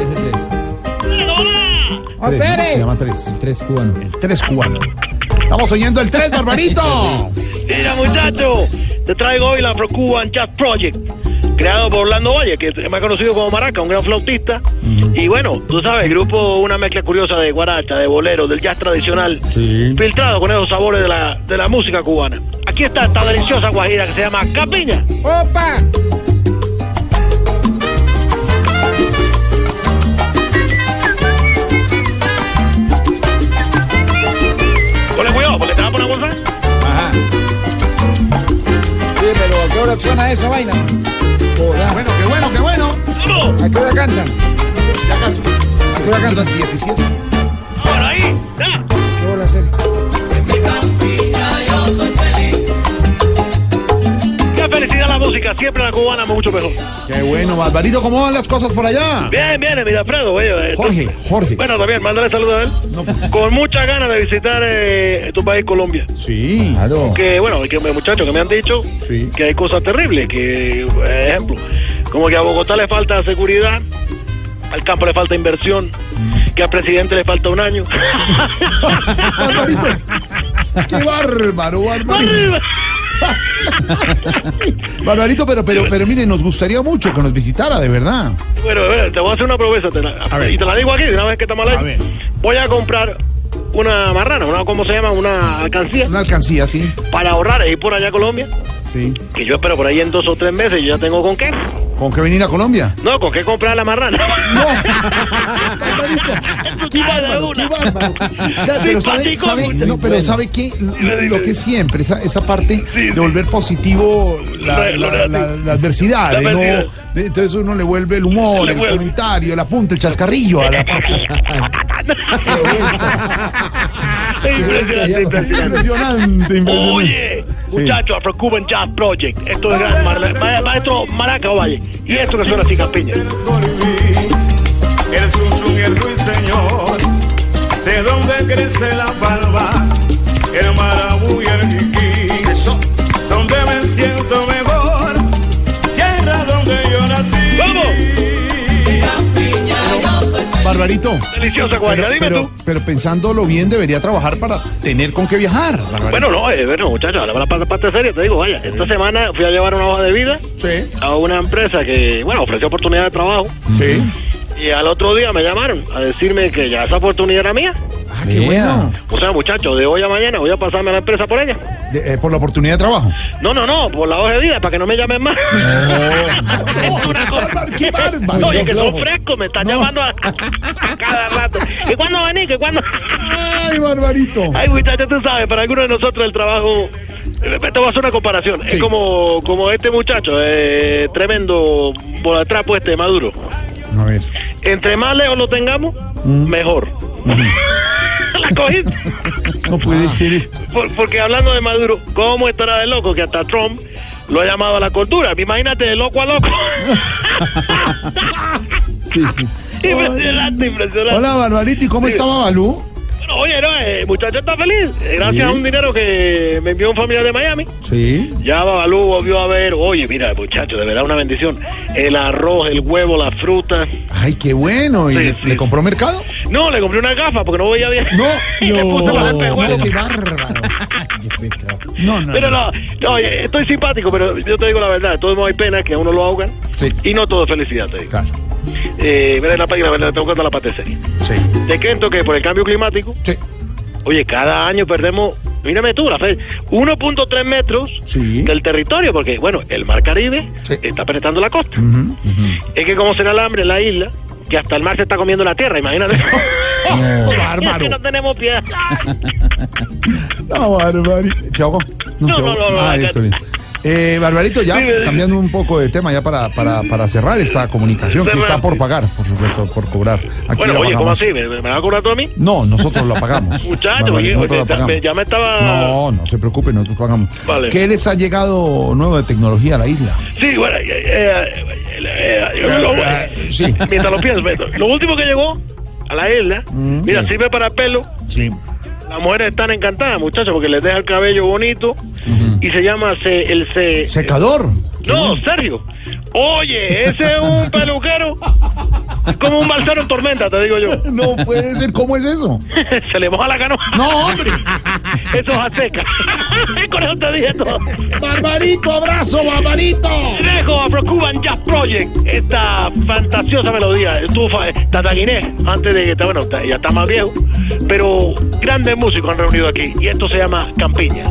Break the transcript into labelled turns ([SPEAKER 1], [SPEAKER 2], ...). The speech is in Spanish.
[SPEAKER 1] Ese tres.
[SPEAKER 2] Tres, ¿no? Se
[SPEAKER 3] ¡Ocere!
[SPEAKER 2] llama tres.
[SPEAKER 1] El tres cubano.
[SPEAKER 2] El tres cubano. Estamos oyendo el tres, Barbarito.
[SPEAKER 4] Mira muchacho, te traigo hoy la ProCuban Jazz Project, creado por Orlando Valle, que es más conocido como Maraca, un gran flautista. Y bueno, tú sabes, el grupo una mezcla curiosa de guaracha, de bolero, del jazz tradicional,
[SPEAKER 2] Sí.
[SPEAKER 4] filtrado con esos sabores de la, de la música cubana. Aquí está esta deliciosa guajira que se llama Capiña.
[SPEAKER 3] ¡Opa!
[SPEAKER 4] Ponle cuidado, porque te va a poner a gozar.
[SPEAKER 3] Ajá. Sí, pero ¿a qué hora suena esa vaina? Hola.
[SPEAKER 2] Bueno, qué bueno, qué bueno.
[SPEAKER 4] ¡Vamos!
[SPEAKER 3] ¿A qué hora cantan?
[SPEAKER 2] Ya casi.
[SPEAKER 3] ¿A qué hora
[SPEAKER 2] Las
[SPEAKER 3] cantan?
[SPEAKER 2] 17.
[SPEAKER 4] ¡Ahora ahí! ¡Ya!
[SPEAKER 3] ¿Qué hora hacer?
[SPEAKER 4] ¡Qué felicidad la música! Siempre la cubana mucho mejor.
[SPEAKER 2] Qué bueno, Barbarito. ¿Cómo van las cosas por allá?
[SPEAKER 4] Bien, bien, mira, Fredo, oye, esto-
[SPEAKER 2] Jorge, Jorge.
[SPEAKER 4] Bueno, también, mándale saludos a él.
[SPEAKER 2] pues.
[SPEAKER 4] Con muchas ganas de visitar eh, tu país, Colombia.
[SPEAKER 2] Sí.
[SPEAKER 1] Claro.
[SPEAKER 4] Que, bueno, que muchachos que me han dicho
[SPEAKER 2] Sí.
[SPEAKER 4] que hay cosas terribles. Que, eh, ejemplo, como que a Bogotá le falta seguridad, al campo le falta inversión,
[SPEAKER 2] Mm.
[SPEAKER 4] que al presidente le falta un año.
[SPEAKER 2] Barbarito. Qué bárbaro, Barbarito. Barbarito, pero, pero, pero mire, nos gustaría mucho que nos visitara, de verdad.
[SPEAKER 4] bueno, a ver, te voy a hacer una promesa. te la-
[SPEAKER 2] ver.
[SPEAKER 4] y te la digo aquí, de una vez que estamos
[SPEAKER 2] A ver.
[SPEAKER 4] live. Voy a comprar una marrana, una, ¿cómo se llama? Una alcancía
[SPEAKER 2] Una alcancía, sí.
[SPEAKER 4] para ahorrar e ir por allá a Colombia.
[SPEAKER 2] Sí.
[SPEAKER 4] Que yo espero por ahí en dos o tres meses, yo ya tengo con qué.
[SPEAKER 2] ¿Con qué venir a Colombia?
[SPEAKER 4] No, ¿con qué comprar la marrana?
[SPEAKER 2] ¡No! Barbarito, ¡Qué bárbaro, qué bárbaro! Ya, pero sabe,
[SPEAKER 4] Simpático.
[SPEAKER 2] sabe- no, pero sabe que lo, lo que siempre, esa, esa parte de volver positivo la,
[SPEAKER 4] Lo- lo
[SPEAKER 2] la- la- la adversidad,
[SPEAKER 4] La
[SPEAKER 2] de no-
[SPEAKER 4] adversidad.
[SPEAKER 2] de- entonces uno le vuelve el humor,
[SPEAKER 4] Le
[SPEAKER 2] el
[SPEAKER 4] vuelve.
[SPEAKER 2] comentario, el apunte, el chascarrillo a la parte.
[SPEAKER 4] Impresionante, impresionante.
[SPEAKER 2] Impresionante, impresionante.
[SPEAKER 4] Oye, muchachos, Afro Cuban Jazz Project. Esto es gran Mar- ma- maestro Maraca Valle. Y esto que suena así, Campiña.
[SPEAKER 5] dormir. El zunzun y el ruiseñor, de donde crece la palma, el marabú y el quiquí,
[SPEAKER 2] Eso.
[SPEAKER 5] donde me siento mejor, tierra donde yo nací.
[SPEAKER 4] ¡Vamos!
[SPEAKER 2] Barbarito.
[SPEAKER 4] Deliciosa
[SPEAKER 2] Pero,
[SPEAKER 4] cuadra, dime
[SPEAKER 2] pero,
[SPEAKER 4] tú.
[SPEAKER 2] pero pensándolo bien, debería trabajar para tener con qué viajar. Barbarito.
[SPEAKER 4] Bueno, no, eh, bueno, muchachos, ahora para la parte seria, te digo, vaya, esta semana fui a llevar una hoja de vida
[SPEAKER 2] Sí,
[SPEAKER 4] a una empresa que, bueno, ofreció oportunidad de trabajo.
[SPEAKER 2] sí.
[SPEAKER 4] Y al otro día me llamaron a decirme que ya esa oportunidad era mía.
[SPEAKER 2] Ah, qué
[SPEAKER 1] Vea.
[SPEAKER 2] bueno.
[SPEAKER 4] O sea, muchachos, de hoy a mañana voy a pasarme a la empresa por ella.
[SPEAKER 2] De- eh, por la oportunidad de trabajo.
[SPEAKER 4] No, no, no, por la hoja de vida, para que no me llamen más. Es una cosa.
[SPEAKER 2] ¡Qué bárbaro!
[SPEAKER 4] Oye, que son frescos, me están
[SPEAKER 2] No.
[SPEAKER 4] llamando a, a cada rato. ¿Y cuándo venís? ¿Y cuándo?
[SPEAKER 2] ¡Ay, Barbarito!
[SPEAKER 4] Ay, muchachos, tú sabes, para algunos de nosotros el trabajo... eh, Te voy a hacer una comparación.
[SPEAKER 2] Sí.
[SPEAKER 4] Es como, como este muchacho, eh, tremendo por atrás, pues, este Maduro.
[SPEAKER 2] A ver.
[SPEAKER 4] Entre más lejos lo tengamos,
[SPEAKER 2] Mm.
[SPEAKER 4] mejor. La cogiste.
[SPEAKER 2] No puede ser esto.
[SPEAKER 4] Por- porque hablando de Maduro, ¿cómo estará de loco que hasta Trump lo ha llamado a la cordura? Imagínate de loco a loco.
[SPEAKER 1] Sí, sí.
[SPEAKER 4] impresionante, impresionante.
[SPEAKER 2] Hola, Barbarito, ¿y cómo estaba Balú?
[SPEAKER 4] Bueno, oye, no, eh, el muchacho está feliz. eh, Gracias
[SPEAKER 2] Sí.
[SPEAKER 4] a un dinero que me envió un familiar de Miami.
[SPEAKER 2] Sí.
[SPEAKER 4] Ya Babalú volvió a ver. Oye, mira, muchacho, de verdad una bendición. El arroz, el huevo, las frutas.
[SPEAKER 2] Ay, qué bueno. ¿Y
[SPEAKER 4] Sí,
[SPEAKER 2] le,
[SPEAKER 4] sí.
[SPEAKER 2] le compró mercado?
[SPEAKER 4] No, le compré una gafa porque no veía bien.
[SPEAKER 2] No.
[SPEAKER 4] Y le puse los
[SPEAKER 2] no,
[SPEAKER 4] espejuelos.
[SPEAKER 2] qué bárbaro. No, no.
[SPEAKER 4] Pero no, no, oye, estoy simpático, pero yo te digo la verdad. Todos hay pena que a uno lo ahogan.
[SPEAKER 2] Sí.
[SPEAKER 4] Y no todo es felicidad, te digo.
[SPEAKER 2] Claro.
[SPEAKER 4] Eh, mira, la página, verdad, tengo que la parte seria.
[SPEAKER 2] Sí.
[SPEAKER 4] Te cuento que por el cambio climático,
[SPEAKER 2] Sí.
[SPEAKER 4] oye, cada año perdemos, mírame tú, la fe, 1.3 metros
[SPEAKER 2] Sí.
[SPEAKER 4] del territorio, porque, bueno, el mar Caribe
[SPEAKER 2] Sí.
[SPEAKER 4] está penetrando la costa.
[SPEAKER 2] Ujú.
[SPEAKER 4] Es que como se alambre en la isla, que hasta el mar se está comiendo la tierra, imagínate.
[SPEAKER 2] Oh, qué
[SPEAKER 4] Es que no
[SPEAKER 2] bárbaro.
[SPEAKER 4] tenemos piedad.
[SPEAKER 2] No, Barbarito. ¿Se ahogó?
[SPEAKER 4] No,
[SPEAKER 2] se
[SPEAKER 4] no,
[SPEAKER 2] ahogó.
[SPEAKER 4] no, no,
[SPEAKER 2] Ah,
[SPEAKER 4] no.
[SPEAKER 2] eso bien. Eh, Barbarito, ya
[SPEAKER 4] Dime, dime.
[SPEAKER 2] cambiando un poco de tema, ya para, para, para cerrar esta comunicación, que
[SPEAKER 4] Cerrar.
[SPEAKER 2] está por pagar, por supuesto, por cobrar. Aquí
[SPEAKER 4] Bueno,
[SPEAKER 2] la
[SPEAKER 4] oye, ¿cómo
[SPEAKER 2] pagamos.
[SPEAKER 4] así? ¿Me, me la va a cobrar tú a mí?
[SPEAKER 2] No, nosotros la pagamos.
[SPEAKER 4] Muchachos,
[SPEAKER 2] Barbarito,
[SPEAKER 4] oye,
[SPEAKER 2] nosotros
[SPEAKER 4] oye,
[SPEAKER 2] la
[SPEAKER 4] ya,
[SPEAKER 2] pagamos.
[SPEAKER 4] me- ya me estaba...
[SPEAKER 2] No, no se preocupe, nosotros pagamos.
[SPEAKER 4] Vale.
[SPEAKER 2] ¿Qué les ha llegado nuevo de tecnología a la isla?
[SPEAKER 4] Sí, bueno, eh, eh, eh, eh, eh, lo- eh,
[SPEAKER 2] Ah, sí.
[SPEAKER 4] mientras lo pienso, mientras- lo último que llegó a la isla, mira, sirve para pelo.
[SPEAKER 2] Sí.
[SPEAKER 4] Las mujeres están encantadas, muchachos, porque les deja el cabello bonito y se llama se- el se,
[SPEAKER 2] Secador.
[SPEAKER 4] No, Sergio. Oye, ese es un peluquero como un balsero en tormenta, te digo yo.
[SPEAKER 2] No puede ser, ¿cómo es eso?
[SPEAKER 4] se le moja la canoa.
[SPEAKER 2] No.
[SPEAKER 4] hombre. Eso es azteca. Con eso te dije todo.
[SPEAKER 2] Barbarito, abrazo, Barbarito.
[SPEAKER 4] Trejo Afro Cuban Jazz Project. Esta fantasiosa melodía. Estuvo fa- Tata Guiné, antes de que está, bueno, está- ya está más viejo. Pero grandes músicos han reunido aquí. Y esto se llama Campiña.